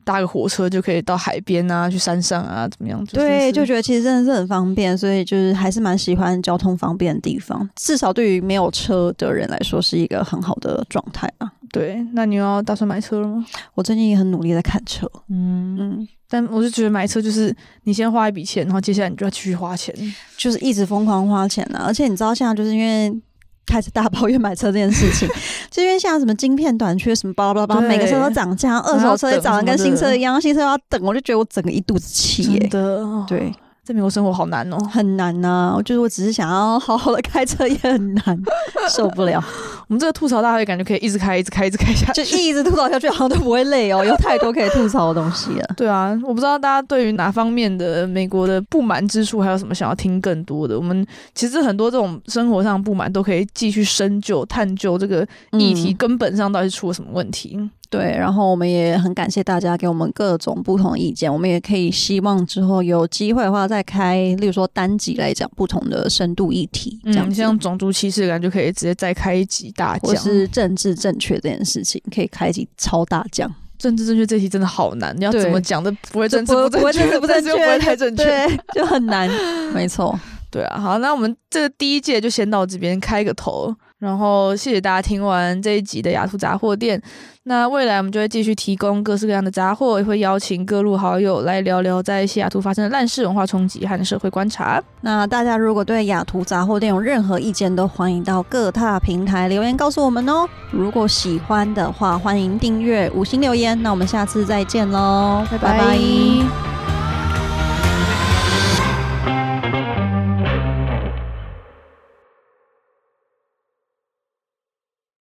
A: 搭个火车就可以到海边啊，去山上啊，怎么样？就是
B: 对，
A: 是
B: 就觉得其实真的是很方便，所以就是还是蛮喜欢交通方便的地方，至少对于没有车的人来说是一个很好的状态啊。
A: 对。那你又要打算买车了吗？
B: 我最近也很努力在看车，
A: 嗯，
B: 嗯，
A: 但我就觉得买车就是你先花一笔钱，然后接下来你就要继续花钱。
B: 就是一直疯狂花钱啊，而且你知道现在就是因为。开始大抱怨买车这件事 情，就因为现在什么晶片短缺，什么巴拉巴拉巴拉，
A: 对
B: 每个车都涨价，二手车也涨得跟新车一样，新车要等，我就觉得我整个一肚子气耶、
A: 真的，哦，
B: 对，
A: 在美国生活好难哦。
B: 很难呐、我就是我只是想要好好的开车也 很难，受不了。
A: 我们这个吐槽大会感觉可以一直开，一直开，一直开 下
B: 就
A: 去。
B: 一直吐槽下去，好像都不会累 哦，有太多可以吐槽的东西了。
A: 对啊，我不知道大家对于哪方面的美国的不满之处，还有什么想要听更多的？我们其实很多这种生活上的不满都可以继续深究、探究这个议题
B: 嗯
A: 根本上到底出了什么问题。
B: 对，然后我们也很感谢大家给我们各种不同的意见，我们也可以希望之后有机会的话再开，例如说单集来讲不同的深度议题，这
A: 嗯，
B: 样子。
A: 像种族歧视的感觉，就可以直接再开一集大
B: 或
A: 讲。
B: 是政治正确这件事情，可以开一集超大讲。
A: 政治正确这题真的好难，你要
B: 对
A: 怎么讲都不会
B: 就
A: 政治
B: 不会
A: 不正确，
B: 不会
A: 但 是又不会
B: 政治
A: 太正确。
B: 对，就 很难，没错。
A: 对啊，好，那我们这个第一届就先到这边开个头，然后谢谢大家听完这一集的雅图杂货店。那未来我们就会继续提供各式各样的杂货，也会邀请各路好友来聊聊在西雅图发生的烂事、文化冲击和社会观察。
B: 那大家如果对雅图杂货店有任何意见，都欢迎到各大平台留言告诉我们哦。如果喜欢的话，欢迎订阅、五星留言。那我们下次再见喽，
A: 拜拜